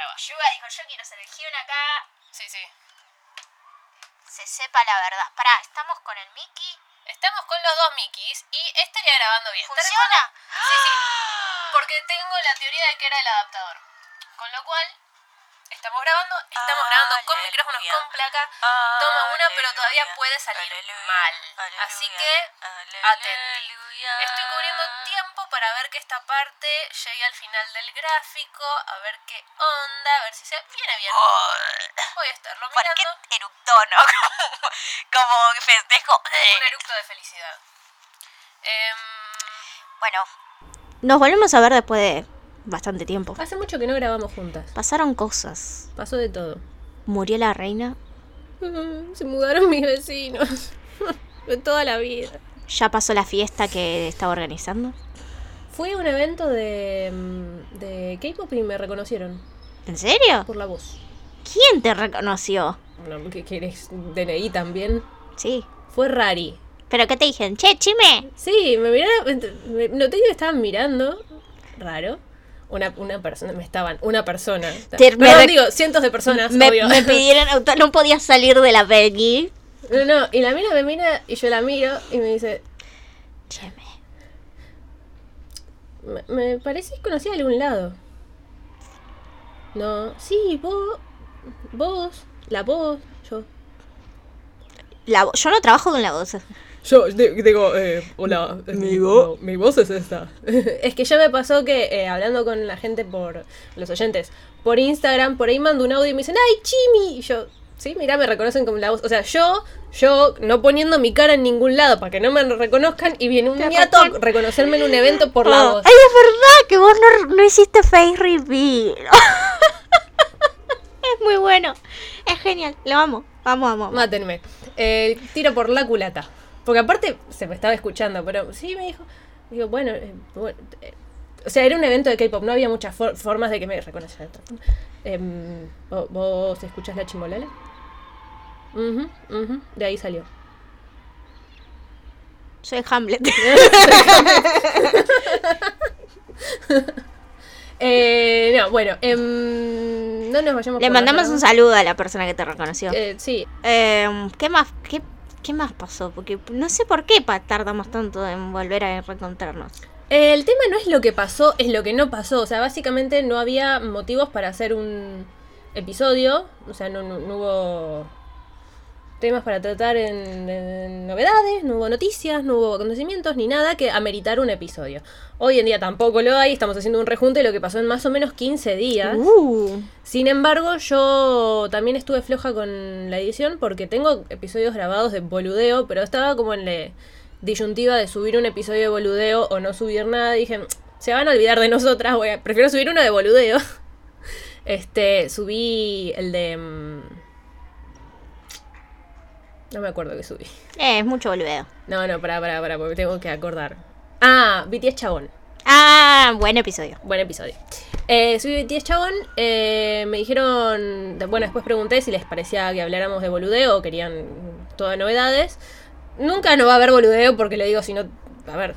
Yuga dijo, yo quiero ser el Hyun acá. Sí, sí. Se sepa la verdad. Pará, ¿estamos con el Mickey? Estamos con los dos Mickeys y estaría grabando bien. ¿Está ¿Funciona? grabando? Sí, sí. ¡Ah! Porque tengo la teoría de que era el adaptador. Con lo cual, estamos grabando, estamos grabando con Aleluya. micrófonos con placa. Toma una, pero todavía puede salir mal. Así que atenti. Estoy cubriendo tiempo para ver que esta parte llegue al final del gráfico, a ver qué onda, a ver si se viene bien. Voy a estarlo ¿Por Oh. qué mirando. eructó, no? Como, como festejo. Un eructo de felicidad. Em, Bueno, Nos volvemos a ver después de bastante Em, tiempo. Hace mucho que no grabamos juntas. Pasaron cosas. Pasó de todo. Murió la reina. Mm, Se mudaron mis vecinos. De toda la vida. Ya pasó la fiesta que estaba organizando. Fui a un evento de, mm, de K-pop y me reconocieron ¿En serio? por la voz. ¿Quién te reconoció? Bueno, ¿Qué querés? DNI también. Sí. Fue Rari. ¿Pero qué te dijeron? Che, chime. Sí, me miraron. me- Noté que me estaban mirando. Raro. Una, una persona, me estaban, una persona. Te- me Perdón, rec- digo, cientos de personas, Me, obvio. me pidieron auto. No podía salir de la peli. No, no, y la mina me mira y yo la miro y me dice, Chime. me, me parece que conocí de algún lado. No, sí, vos, vos, la voz, yo. La vo- yo no trabajo con la voz. Yo digo, eh, hola, mi, voz. mi voz es esta. es que ya me pasó que eh, hablando con la gente por los oyentes, por Instagram, por ahí mando un audio y me dicen, ¡ay, Chimi! Y yo, sí, mirá, me reconocen como la voz. O sea, yo, yo no poniendo mi cara en ningún lado para que no me reconozcan y viene un niato a reconocerme en un evento por la Oh, voz. Ay, es verdad que vos no, no hiciste face reveal. es muy bueno. Es genial. Lo amo. Vamos, amo, amo. Mátenme. Eh, tiro por la culata. Porque aparte se me estaba escuchando, pero sí me dijo. Digo, bueno. eh, bueno, eh, o sea, era un evento de K-pop, no había muchas for- formas de que me reconocieran. Em, ¿vo- ¿Vos escuchás la chimolala? Ujú, ujú, de ahí salió. Soy Hamlet. Eh, no, bueno, em, no nos vayamos Le por mandamos otro un lado. saludo a la persona que te reconoció. Eh, sí, Eh, ¿Qué más? ¿Qué, qué más pasó? Porque no sé por qué pa- tardamos tanto en volver a reencontrarnos. El tema no es lo que pasó, es lo que no pasó. O sea, básicamente no había motivos para hacer un episodio. O sea, no, no- no hubo temas para tratar en, en novedades, no hubo noticias, no hubo acontecimientos, ni nada que ameritar un episodio. Hoy en día tampoco lo hay, estamos haciendo un rejunte de lo que pasó en más o menos 15 días. Uh, Sin embargo, yo también estuve floja con la edición porque tengo episodios grabados de boludeo, pero estaba como en la disyuntiva de subir un episodio de boludeo o no subir nada. Dije, "Mm, se van a olvidar de nosotras, voy a- prefiero subir uno de boludeo. Este, subí el de... mm, No me acuerdo que subí. eh, es mucho boludeo. No, no, pará, pará, pará, porque tengo que acordar. Ah, BTS Chabón. Ah, buen episodio. Buen episodio. Eh, soy BTS Chabón. eh, me dijeron. de- Bueno, después pregunté si les parecía que habláramos de boludeo o querían todas novedades. Nunca no va a haber boludeo porque le digo, si no. A ver,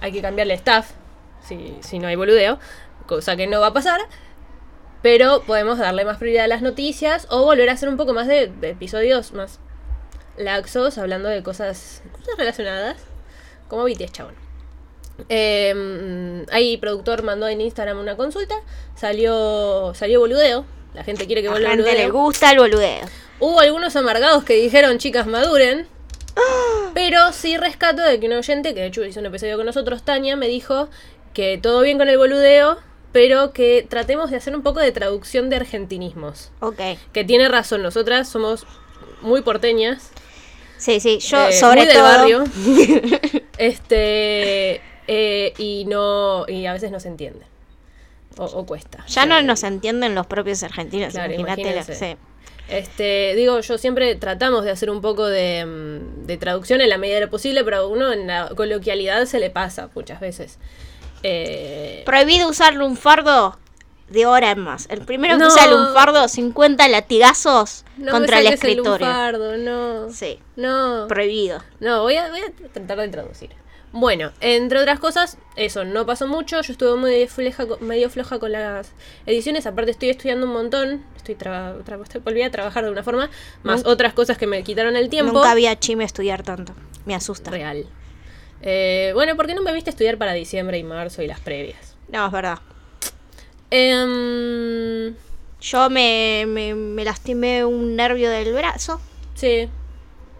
hay que cambiarle staff si, si no hay boludeo, cosa que no va a pasar. Pero podemos darle más prioridad a las noticias o volver a hacer un poco más de, de episodios más laxos hablando de cosas, cosas relacionadas, como BTS Chabón. Eh, ahí productor mandó en Instagram una consulta, salió salió boludeo, la gente quiere que A vuelva la gente le boludeo. gusta el boludeo. Hubo algunos amargados que dijeron, chicas, maduren. Pero sí rescato de que un oyente, que de hecho hizo un episodio con nosotros, Tania, me dijo que todo bien con el boludeo, pero que tratemos de hacer un poco de traducción de argentinismos. Ok. Que tiene razón, nosotras somos muy porteñas. Sí, sí, yo eh, sobre muy del todo. barrio. este. eh, y no. Y a veces no se entiende. O, o cuesta. Ya no Sí. nos entienden los propios argentinos, Claro, imagínate. la- imagínense. sí. Este, digo, yo siempre tratamos de hacer un poco de, mm, de traducción en la medida de lo posible, pero a uno en la coloquialidad se le pasa muchas veces. Eh, Prohibido usar lunfardo de hora en más. El primero que No. usa lunfardo, 50 latigazos no me contra el saques escritorio. lunfardo, no. Sí, No. prohibido. No, voy a, voy a tratar de traducir. Bueno, entre otras cosas, eso, no pasó mucho. Yo estuve medio floja, co- medio floja con las ediciones. Aparte, estoy estudiando un montón. Estoy, tra tra- estoy- volví a trabajar de una forma. Más Nunca- otras cosas que me quitaron el tiempo. Nunca vi a Chime estudiar tanto. Me asusta. Real. Eh, bueno, ¿por qué no me viste estudiar para diciembre y marzo y las previas? No, es verdad. Em, Yo me, me, me lastimé un nervio del brazo. sí.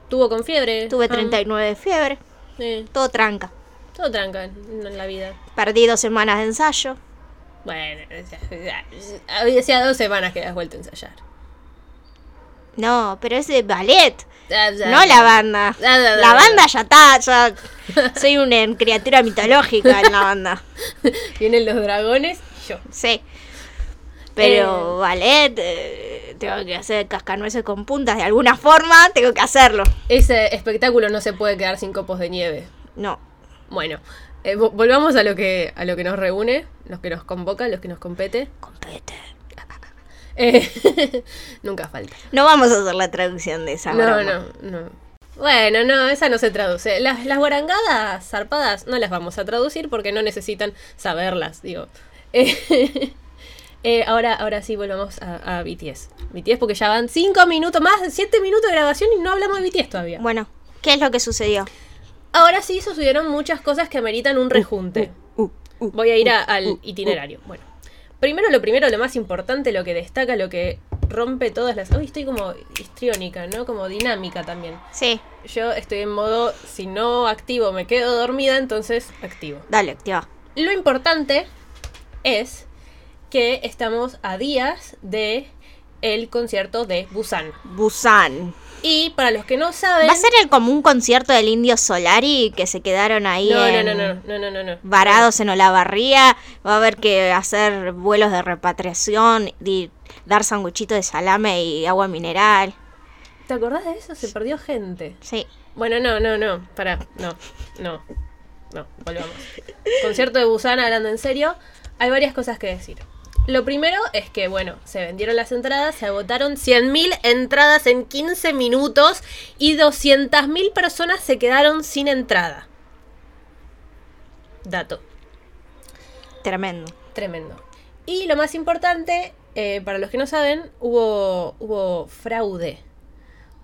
Tuvo con fiebre. Ah, Tuve Fam. 39 de fiebre. Eh, Todo tranca. todo tranca en en la vida. Perdí dos semanas de ensayo. Bueno, hacía dos semanas que habías vuelto a ensayar. No, pero es de ballet. Ya, ya, No ya. la banda. Ya, ya, ya, La ya. banda ya está. ya- soy una criatura mitológica en la banda. Vienen los dragones y yo. Sí. Pero ballet, eh, tengo que hacer cascanueces con puntas. De alguna forma, tengo que hacerlo. Ese espectáculo no se puede quedar sin copos de nieve. No. Bueno, eh, vo- volvamos a lo que a lo que nos reúne, los que nos convoca, los que nos compete. Compete. Eh, nunca falta. No vamos a hacer la traducción de esa. No, broma. no, no. Bueno, no, esa no se traduce. Las, las guarangadas zarpadas no las vamos a traducir porque no necesitan saberlas, digo. Eh, eh, ahora, ahora sí volvamos a, a BTS. BTS porque ya van 5 minutos, más de 7 minutos de grabación y no hablamos de BTS todavía. Bueno, ¿qué es lo que sucedió? Ahora sí sucedieron muchas cosas que ameritan un rejunte. Uh, uh. Voy a ir a- al itinerario. Bueno, primero lo primero, lo más importante, lo que destaca, lo que rompe todas las... Hoy estoy como histriónica, ¿no? Como dinámica también. Sí, Yo estoy en modo, si no activo me quedo dormida, entonces activo. dale, activa. Lo importante es que estamos a días de el concierto de Busan. Busan. Y para los que no saben... ¿Va a ser el común concierto del indio Solari que se quedaron ahí No, no, en- no, no, no, no, no, no. varados en Olavarría? ¿Va a haber que hacer vuelos de repatriación, di- dar sanguchito de salame y agua mineral? ¿Te acordás de eso? Se perdió gente. Sí. Bueno, no, no, no, pará, no, no, no, volvamos. Concierto de Busan, hablando en serio, hay varias cosas que decir. Lo primero es que, bueno, se vendieron las entradas, se agotaron 100.000 entradas en 15 minutos y 200.000 personas se quedaron sin entrada. Dato. Tremendo. Tremendo. Y lo más importante, eh, para los que no saben, hubo, hubo fraude,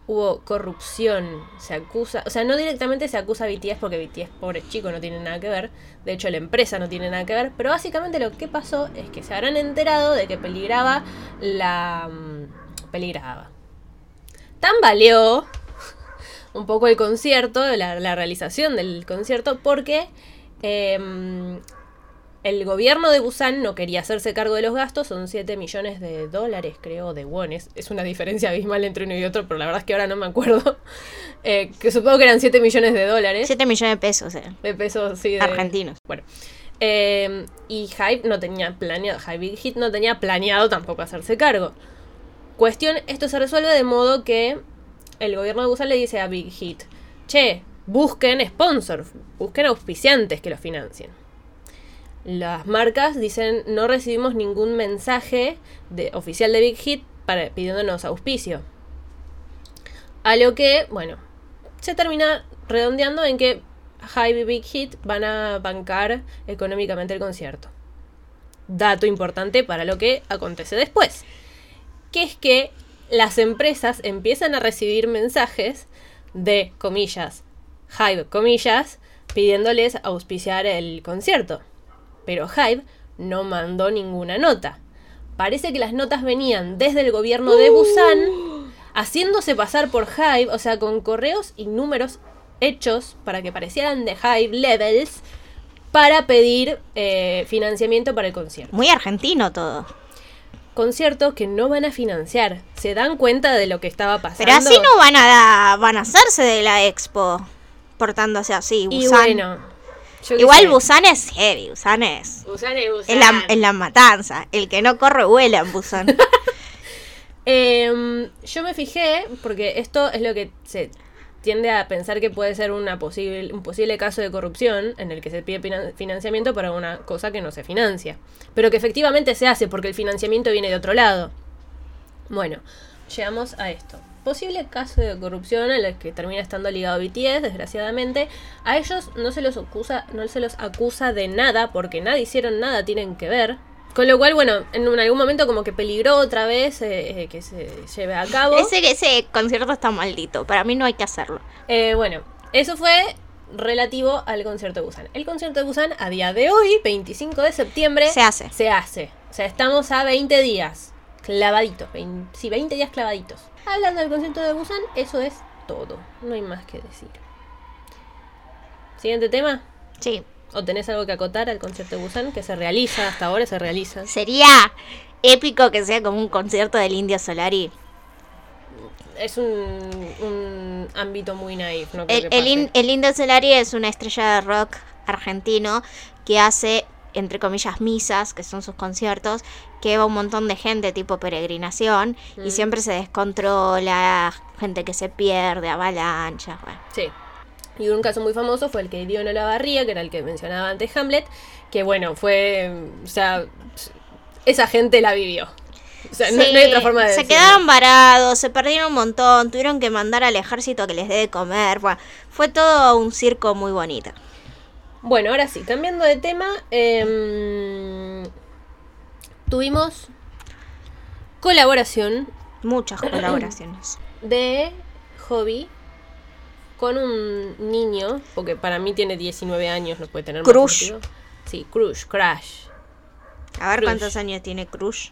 hubo corrupción, se acusa, o sea, no directamente se acusa a BTS porque BTS, pobre chico, no tiene nada que ver, de hecho la empresa no tiene nada que ver, pero básicamente lo que pasó es que se habrán enterado de que peligraba la... mm, peligraba. Tambaleó un poco el concierto, la, la realización del concierto, porque... em, el gobierno de Busan no quería hacerse cargo de los gastos, son 7 millones de dólares, creo, de wones. Es una diferencia abismal entre uno y otro, pero la verdad es que ahora no me acuerdo. Eh, que supongo que eran 7 millones de dólares. 7 millones de pesos eh, De pesos, sí, de- argentinos. Bueno. Eh, y Hype no tenía planeado, Hype Big Hit no tenía planeado tampoco hacerse cargo. Cuestión, esto se resuelve de modo que el gobierno de Busan le dice a Big Hit, che, busquen sponsors, busquen auspiciantes que los financien. Las marcas dicen, no recibimos ningún mensaje de, oficial de Big Hit para, pidiéndonos auspicio. A lo que, bueno, se termina redondeando en que Hybe y Big Hit van a bancar económicamente el concierto. Dato importante para lo que acontece después. Que es que las empresas empiezan a recibir mensajes de, comillas, Hybe, comillas, pidiéndoles auspiciar el concierto. Pero Hybe no mandó ninguna nota. Parece que las notas venían desde el gobierno de Busan, haciéndose pasar por Hive, o sea, con correos y números hechos para que parecieran de Hive Levels, para pedir eh, financiamiento para el concierto. Muy argentino todo. Conciertos que no van a financiar. ¿Se dan cuenta de lo que estaba pasando? Pero así no van a da- van a hacerse de la expo portándose así. Y Busan. bueno. yo qué sé. Igual Busan es heavy, Busan es. Busan es Es la, Busan. es la matanza. El que no corre vuela en Busan. Em, yo me fijé, porque esto es lo que se tiende a pensar que puede ser una posible, un posible caso de corrupción en el que se pide finan- financiamiento para una cosa que no se financia, pero que efectivamente se hace porque el financiamiento viene de otro lado. Bueno, llegamos a esto. posible caso de corrupción a la que termina estando ligado BTS, desgraciadamente. A ellos no se los acusa, no se los acusa de nada porque nada hicieron nada, tienen que ver. Con lo cual, bueno, en un- algún momento como que peligró otra vez eh, eh, que se lleve a cabo. Ese, ese concierto está maldito. Para mí no hay que hacerlo. Eh, bueno, eso fue relativo al concierto de Busan. El concierto de Busan a día de hoy, 25 de septiembre, Se hace. se hace. O sea, estamos a 20 días clavaditos. 20, sí, 20 días clavaditos. Hablando del concierto de Busan, eso es todo. No hay más que decir. Siguiente tema. Sí. ¿O tenés algo que acotar al concierto de Busan que se realiza hasta ahora? Se realiza. Sería épico que sea como un concierto del Indio Solari. Es un, un ámbito muy naif. No creo El, que el in- pase. el Indio Solari es una estrella de rock argentino que hace, entre comillas, misas, que son sus conciertos, que va un montón de gente tipo peregrinación y Mm. siempre se descontrola, gente que se pierde, avalanchas. bueno. Sí. Y un caso muy famoso fue el que dio en Olavarría, que era el que mencionaba antes Hamlet, que bueno, fue. mm, O sea, esa gente la vivió. O sea, no, Sí, no hay otra forma de Se decirlo. quedaron varados, se perdieron un montón, tuvieron que mandar al ejército a que les dé de comer. bueno, fue todo un circo muy bonito. Bueno, ahora sí, cambiando de tema, em, tuvimos colaboración Muchas colaboraciones. de Hobby con un niño, porque para mí tiene 19 años, no puede tener más Crush. sentido. Sí, Crush, Crash. A ver Crush. cuántos años tiene Crush.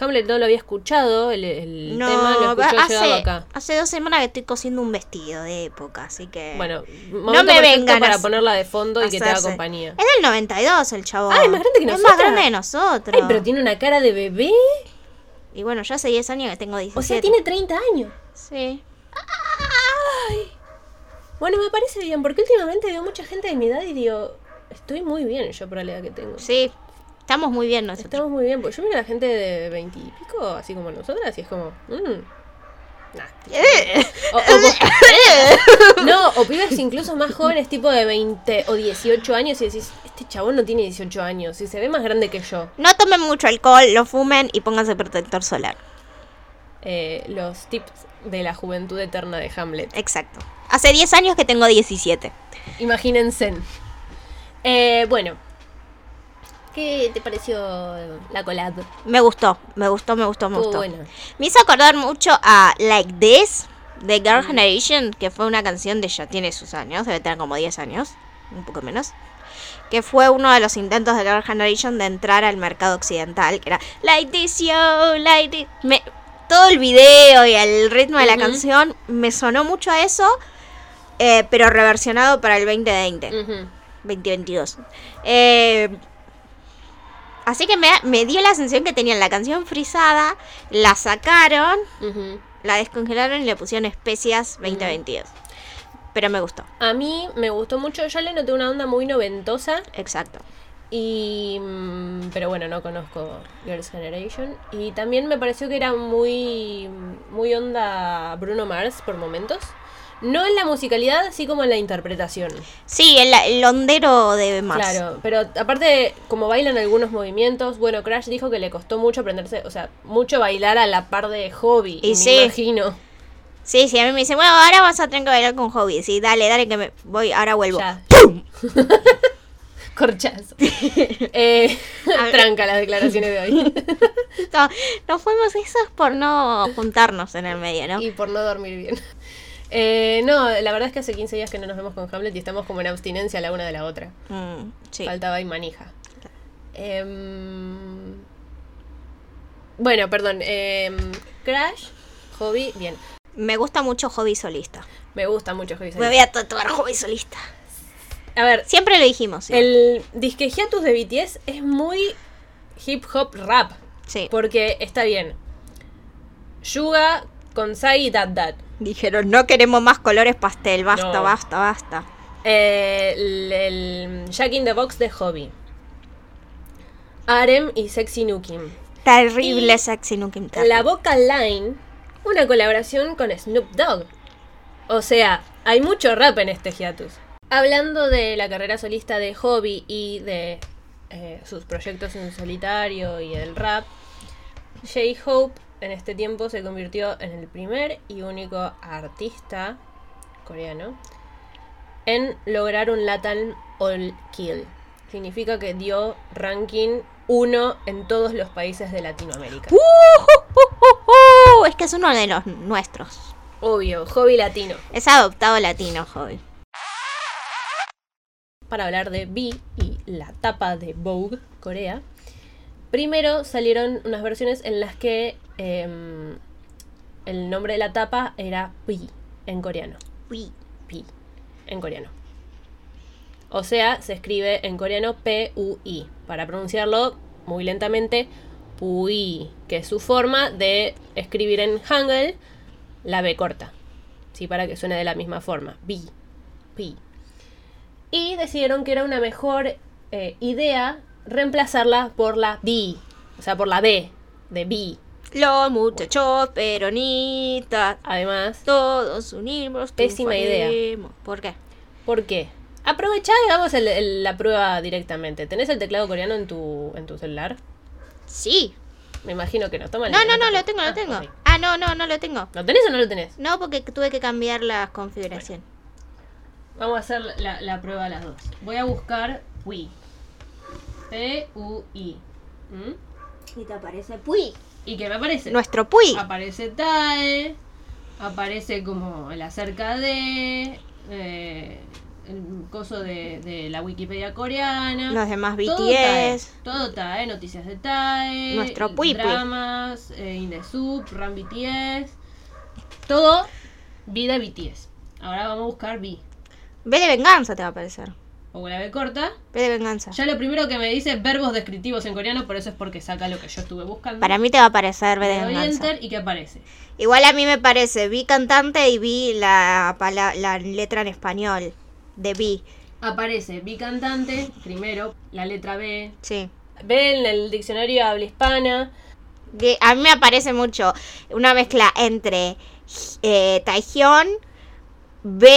Hamlet no lo había escuchado, el, el No, tema lo va- escuchó llegado hace, acá. hace dos semanas que estoy cosiendo un vestido de época, así que. Bueno, no momento me perfecto vengan para a- ponerla de fondo y que te haga hacerse. compañía. Es del 92 el chavo. Ah, es más grande que Es más nosotras. grande que nosotros. Ay, pero tiene una cara de bebé. Y bueno, yo hace 10 años que tengo 17. O sea, tiene 30 años. Sí. Bueno, me parece bien, porque últimamente veo mucha gente de mi edad y digo, estoy muy bien yo por la edad que tengo. Sí. Estamos muy bien nosotros. Estamos muy bien, porque yo miro a la gente de 20 y pico, así como nosotras, y es como, mmm. Nah. O- o- no, o pibes incluso más jóvenes, tipo de 20 o 18 años, y decís, este chabón no tiene 18 años, y se ve más grande que yo. No tomen mucho alcohol, lo fumen y pónganse protector solar. Eh, los tips de la juventud eterna de Hamlet. Exacto. Hace 10 años que tengo 17. Imagínense. Eh, bueno. ¿Qué te pareció la colada? Me gustó, me gustó, me gustó, me Estuvo gustó. buena. Me hizo acordar mucho a Like This de Girl Mm. Generation, que fue una canción de ya tiene sus años, debe tener como 10 años, un poco menos. Que fue uno de los intentos de Girl Generation de entrar al mercado occidental, que era Like This Yo, Like This. Me- todo el video y el ritmo de la Ujú. canción me sonó mucho a eso, eh, pero reversionado para el 2020. Ujú. 2022. Eh, así que me, me dio la sensación que tenían la canción frisada, la sacaron, Ujú. la descongelaron y le pusieron especias 2022. Pero me gustó, A mí me gustó mucho, yo le noté una onda muy noventosa exacto. y mm, pero bueno, no conozco Girls Generation y también me pareció que era muy muy onda Bruno Mars por momentos, no en la musicalidad, sí como en la interpretación. Sí, el, el hondero de más. Claro, pero aparte como bailan algunos movimientos, bueno, Crash dijo que le costó mucho aprenderse, o sea, mucho bailar a la par de hobby, Y me sí. imagino. Sí, sí, a mí me dicen, bueno, ahora vas a tener que bailar con Hobby. Sí, dale, dale, que me voy, ahora vuelvo. Ya. Corchazo. Eh, tranca las declaraciones de hoy. No, nos fuimos esos por no juntarnos en el medio, ¿no? Y por no dormir bien. Eh, no, la verdad es que hace 15 días que no nos vemos con Hamlet y estamos como en abstinencia la una de la otra. Mm, sí. Faltaba y manija. Em, bueno, perdón. em, Crash, Hobby, bien. Me gusta mucho Hobby solista. Me gusta mucho Hobby. Me voy a tatuar Hobby solista. A ver, Siempre lo dijimos. igual. el disque hiatus de BTS es muy hip hop rap. Sí. Porque está bien. Yuga, Konsai y Dat Dat. Dijeron, no queremos más colores pastel, basta, No. basta, basta. Eh, el, el Jack in the Box de Hobby. Arem y Sexy Nukim. Terrible Y sexy nunca imitaste. La Vocal Line, una colaboración con Snoop Dogg. O sea, hay mucho rap en este hiatus. Hablando de la carrera solista de Hobby y de eh, sus proyectos en solitario y el rap, J-Hope en este tiempo se convirtió en el primer y único artista coreano en lograr un Latin All Kill. Significa que dio ranking 1 en todos los países de Latinoamérica. Uh, ¡Ujujujuju! uh, Es que es uno de los nuestros. Obvio, hobby latino. Es adoptado latino, hobby. Para hablar de B y la tapa de Vogue Corea, primero salieron unas versiones en las que em, el nombre de la tapa era B en coreano. Uy. Pi en coreano. O sea, se escribe en coreano P-U-I. Para pronunciarlo muy lentamente, Pui, que es su forma de escribir en Hangul la B corta. Sí, para que suene de la misma forma. Bi, pi. Y decidieron que era una mejor eh, idea reemplazarla por la B. O sea, por la B de B. Los muchachos peronistas, Además, todos unimos. Pésima idea. triunfaremos. ¿Por qué? ¿Por qué? Aprovechá, digamos, el- el- la prueba directamente. ¿Tenés el teclado coreano en tu, en tu celular? Sí. Me imagino que no. Toma el No, no, celular no, lo tampoco. tengo, lo Ah, tengo. ok. Ah, no, no, no lo tengo. ¿Lo tenés o no lo tenés? No, porque tuve que cambiar la configuración. Vamos a hacer la, la prueba a las dos. Voy a buscar Pui. P-U-I. ¿Mm? Y te aparece Puy. ¿Y qué me aparece? Nuestro Puy. Aparece tal. Aparece como el acerca de. eh, el coso de, de la Wikipedia coreana. Los demás Todo BTS. TAE, Todo TAE, noticias de TAE. Nuestro Pui Pui. Dramas, eh, Indesup, Ram BTS. Todo vida BTS. Ahora vamos a buscar B. Ve de venganza te va a aparecer. Pongo la B corta. Ve de venganza. Ya lo primero que me dice verbos descriptivos en coreano, por eso es porque saca lo que yo estuve buscando. Para mí te va a aparecer Ve Le de doy venganza. enter y que aparece. Igual a mí me parece, vi cantante y vi la, pala- la letra en español de vi. Aparece B cantante, primero, la letra B. Sí. B en el diccionario habla hispana. Que a mí me aparece mucho una mezcla entre eh, Taehyung, B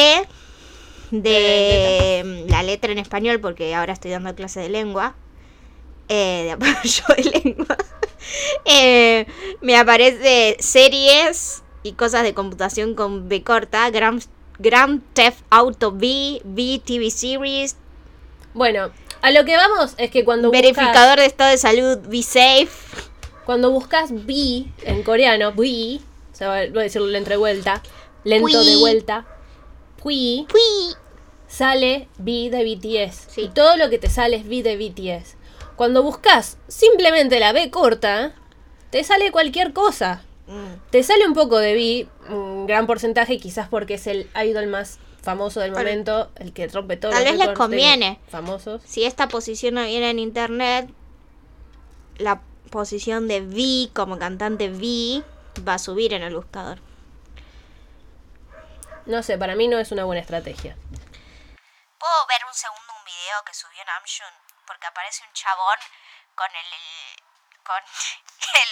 de mm, la letra en español, porque ahora estoy dando clase de lengua, eh, de apoyo de lengua. Eh, me aparece series y cosas de computación con B corta, Grand, Grand Theft Auto B, B TV Series, Bueno, a lo que vamos es que cuando buscas- verificador de estado de salud, Be Safe, Cuando buscas B en coreano, B, o sea, voy a decirlo lento de vuelta, lento Bui. de vuelta, Bui, Pui. sale B de BTS. Sí. Y todo lo que te sale es B de BTS. Cuando buscas simplemente la B corta, te sale cualquier cosa. Mm, Te sale un poco de B, un gran porcentaje, quizás porque es el idol más famoso del Tal- momento, el que rompe todos tal los vez les récords de conviene. Famosos. Si esta posición no viene en internet, la posición de V como cantante V va a subir en el buscador. No sé, para mí no es una buena estrategia. ¿Puedo ver un segundo un video que subió Namjoon? Porque aparece un chabón con el, el- con el,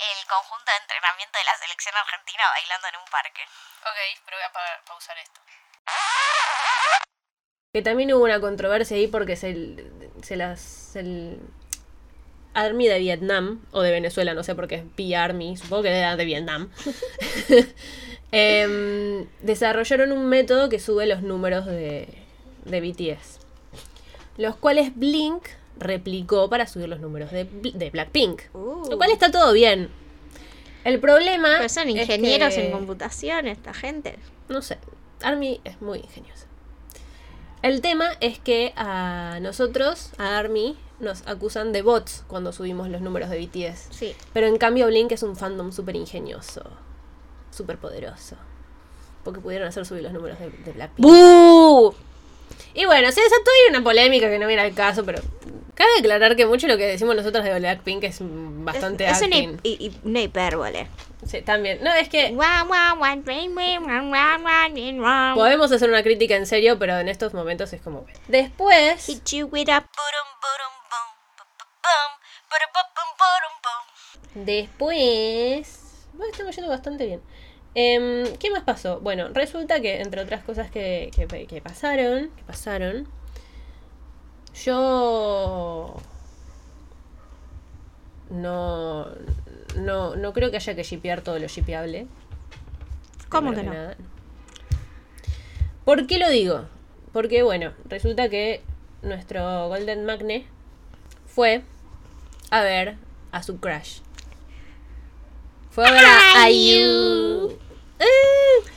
el conjunto de entrenamiento de la selección argentina bailando en un parque. Ok, pero voy a pa- pausar esto. Que también hubo una controversia ahí porque se, se las. El Army de Vietnam, o de Venezuela, no sé por qué es P-Army, supongo que era de Vietnam. Em, desarrollaron un método que sube los números de, de BTS. Los cuales Blink replicó para subir los números de, Bl- de Blackpink. Uh. Lo cual está todo bien. El problema. Pero son ingenieros es que- en computación esta gente. no sé, Army es muy ingeniosa. El tema es que a nosotros, a Army, nos acusan de bots cuando subimos los números de BTS. Sí. Pero en cambio Blink es un fandom súper ingenioso, súper poderoso. Porque pudieron hacer subir los números de, de Blackpink. ¡Bu! Y bueno, se desató ahí una polémica que no viene al caso, pero cabe aclarar que mucho lo que decimos nosotros de Blackpink es mm, bastante es es una, acting. hi- hi- hi- una hipérbole. Sí, también. No, es que Guau, guau, guau, guau, guau, guau, guau, guau, guau. podemos hacer una crítica en serio, pero en estos momentos es como... Después... Hit you with a- Burum, burum, bum, bu- bu- bum, burum, bu- bum, burum, bum. Después. Bueno, estamos yendo bastante bien. Em, ¿Qué más pasó? Bueno, resulta que, entre otras cosas que, que- que pasaron. Que pasaron. Yo. No. No, no creo que haya que shipear todo lo shipeable. ¿Cómo que Primero no? que nada. ¿Por qué lo digo? Porque, bueno, resulta que nuestro Golden Magne fue a ver a su crush. Fue a ver a IU. Uh,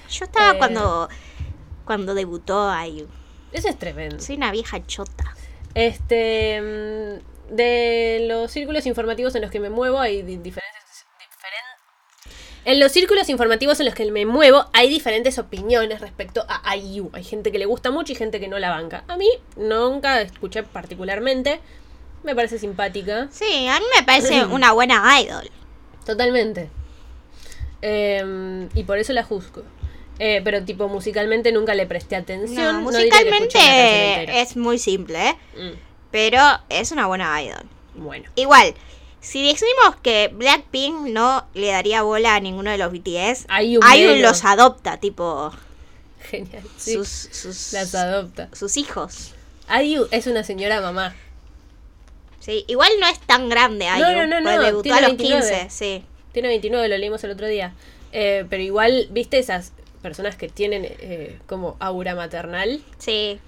Yo estaba Eh. cuando cuando debutó IU. Eso es tremendo. Soy una vieja chota. Este. mm, De los círculos informativos en los que me muevo hay di- diferentes. diferen- En los círculos informativos en los que me muevo hay diferentes opiniones respecto a IU. Hay gente que le gusta mucho y gente que no la banca. A mí nunca escuché particularmente. Me parece simpática. Sí, a mí me parece una buena idol. Totalmente. Em, y por eso la juzgo. Eh, pero tipo musicalmente nunca le presté No, atención. no diría que escuché una canción musicalmente entera. es muy simple, ¿eh? Mm, pero es una buena idol. bueno. Igual, si decimos que Blackpink no le daría bola a ninguno de los BTS, Hay un IU menos. los adopta, tipo Genial. sí. sus, sus, Las adopta. sus hijos. Ayu es una señora mamá. Sí, igual no es tan grande IU, No, no, no, pues no, debutó tiene a los 29. 15, sí. Tiene 29, lo leímos el otro día. Eh, pero igual, ¿viste esas personas que tienen eh, como aura maternal? Sí.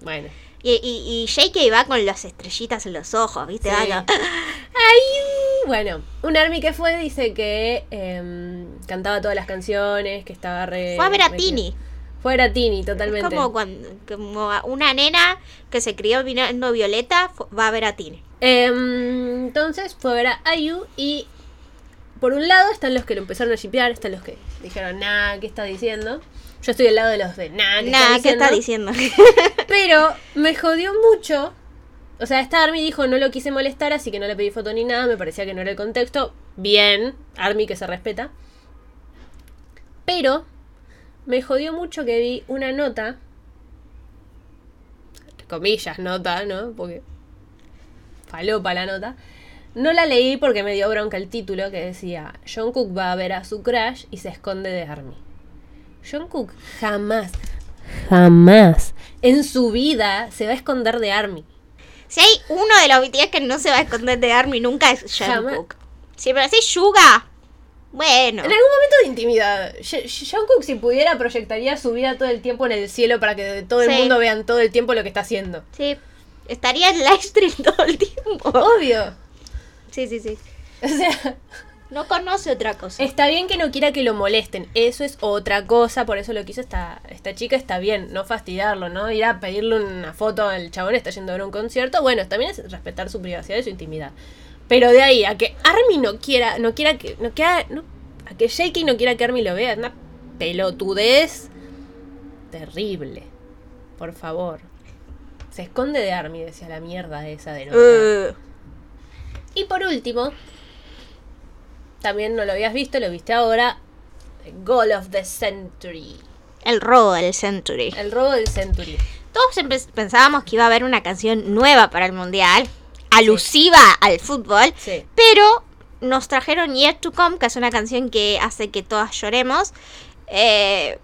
Bueno. Y, y, y JK va con las estrellitas en los ojos, ¿viste? Sí. Ah, Ayu. Bueno, un army que fue dice que em, cantaba todas las canciones, que estaba re... no. Fue a ver a re- Tini. Fue a ver a Tini, Es totalmente. como, cuando, como a una nena que se crió mirando Violeta fu- va a ver a Tini. Em, entonces fue a ver a Ayu y por un lado están los que lo empezaron a shipear, están los que dijeron, nah, ¿qué está diciendo? Yo estoy del lado de los de, nah, ¿qué Nada, ¿qué Ah, está está diciendo? diciendo? Pero me jodió mucho. O sea, esta Army dijo no lo quise molestar, así que no le pedí foto ni nada, me parecía que no era el contexto. Bien, Army que se respeta. Pero me jodió mucho que vi una nota. entre Comillas, nota, ¿no? Porque. Falopa la nota. No la leí porque me dio bronca el título que decía: John Cook va a ver a su crush y se esconde de Army. John Cook jamás, jamás en su vida se va a esconder de Army. si hay uno de los BTS que no se va a esconder de Army nunca es Jamás. Jungkook. Si me decís Yuga, bueno. En algún momento de intimidad, Ye- Ye- John Cook si pudiera proyectaría su vida todo el tiempo en el cielo para que todo el Sí. mundo vean todo el tiempo lo que está haciendo. Sí, estaría en live stream todo el Oh. tiempo. Obvio. Sí, sí, sí. O sea, No conoce otra cosa. está bien que no quiera que lo molesten. Eso es otra cosa. Por eso lo que hizo esta, esta chica está bien. No fastidiarlo, ¿no? Ir a pedirle una foto al chabón está yendo a ver un concierto. Bueno, también es respetar su privacidad y su intimidad. Pero de ahí a que Army no quiera, no quiera que. No quiera, no- a que Jakey no quiera que Army lo vea. Es una pelotudez terrible. Por favor. Se esconde de Army, decía la mierda esa de nota. Eh, Y por último, también no lo habías visto, lo viste ahora, Goal of the Century, el robo del Century. el robo del Century. Todos empe- pensábamos que iba a haber una canción nueva para el mundial, alusiva al fútbol, Sí. pero nos trajeron Year to Come, que es una canción que hace que todas lloremos. Eh,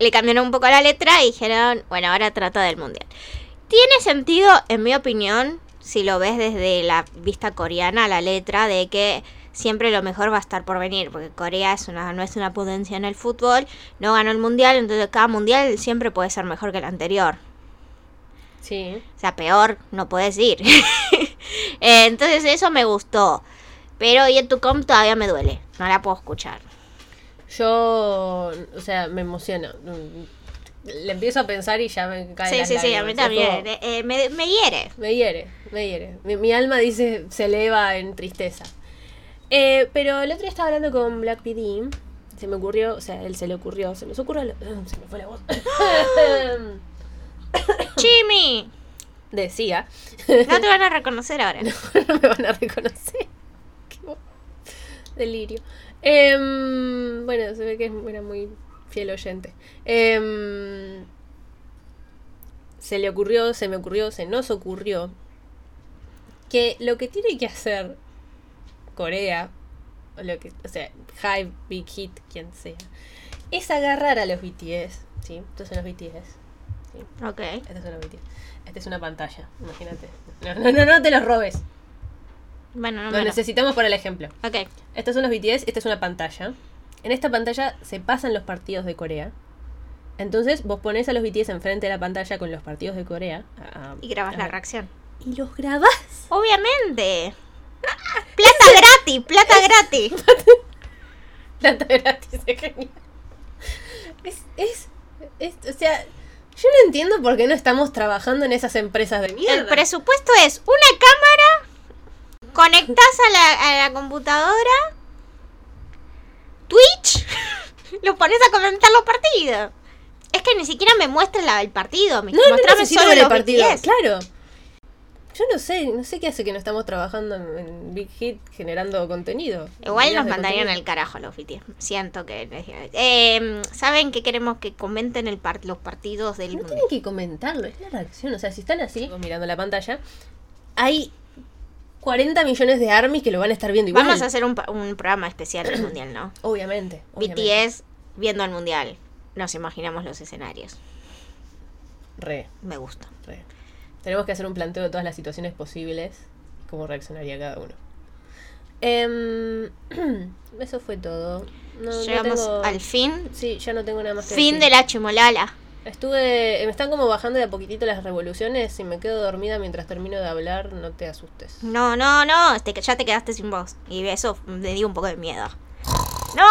le cambiaron un poco la letra y dijeron, bueno, ahora trata del mundial. Tiene sentido, en mi opinión, si lo ves desde la vista coreana, la letra de que siempre lo mejor va a estar por venir, porque Corea es una, no es una potencia en el fútbol, no ganó el mundial, entonces cada mundial siempre puede ser mejor que el anterior. Sí. O sea, peor no puedes ir. Eh, Entonces eso me gustó. Pero y en tu com todavía me duele. No la puedo escuchar. Yo, o sea, me emociono. Mm, Le empiezo a pensar y ya me cae Sí, sí, sí, a mí también. Eh, eh, me, me hiere. Me hiere, me hiere. Mi, mi alma dice, se eleva en tristeza. Eh, pero el otro día estaba hablando con Black PD. Se me ocurrió, o sea, él se le ocurrió, se nos ocurrió, se me fue la voz. Jimmy, Decía. no te van a reconocer ahora. no me van a reconocer. Qué bo- Delirio. Em, bueno, se ve que era muy fiel oyente. Em, se le ocurrió, se me ocurrió, se nos ocurrió que lo que tiene que hacer Corea, o, lo que, o sea, Hype, Big Hit, quien sea, es agarrar a los BTS. ¿sí? Estos son los BTS. Ok. Esta es una mentira. Esta es una pantalla, imagínate. No, no, no, no te los robes. Bueno, no Lo me lo- necesitamos para el ejemplo. Ok. Estos son los BTS, esta es una pantalla. En esta pantalla se pasan los partidos de Corea. Entonces vos ponés a los BTS enfrente de la pantalla con los partidos de Corea. Ah, a- a- Y grabas a la ver. reacción. Y los grabás. Obviamente. Plata gratis, plata gratis. Plata gratis, es genial. Es, es, es- o sea, yo no entiendo por qué no estamos trabajando en esas empresas de mierda. El presupuesto es una cámara, conectás a la, a la computadora, Twitch, lo pones a comentar los partidos. Es que ni siquiera me muestra la- el partido, me no, no, mostrame necesito solo ver el los partido, BTS. claro. Yo no sé, no sé qué hace que no estamos trabajando en, en Big Hit generando contenido. Igual Videos nos de mandarían contenido. al carajo los BTS. Siento que... Eh, ¿Saben que queremos que comenten el par- los partidos del No mundo? tienen que comentarlo, es la reacción. O sea, si están así, mirando la pantalla, hay 40 millones de armies que lo van a estar viendo igual. Vamos a hacer un, pa- un programa especial del mundial, ¿no? Obviamente. obviamente. BTS viendo el mundial. Nos imaginamos los escenarios. Re, Me gusta. re. Tenemos que hacer un planteo de todas las situaciones posibles y cómo reaccionaría cada uno. Em, eso fue todo. No, no Llegamos tengo- al fin. Sí, ya no tengo nada más que Fin de decir. la chimolala. Estuve. Me están como bajando de a poquitito las revoluciones. Si me quedo dormida mientras termino de hablar, no te asustes. No, no, no. te- ya te quedaste sin voz. Y eso me dio un poco de miedo. ¡No!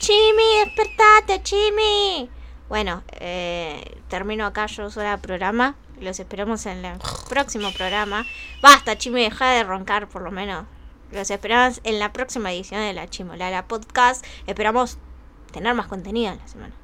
¡Chimi! ¡Despertate, Chimi! Bueno, eh, termino acá yo sola el programa. Los esperamos en el próximo programa. Basta, Chimi, deja de roncar por lo menos. Los esperamos en la próxima edición de la Chimolala Podcast. Esperamos tener más contenido en la semana.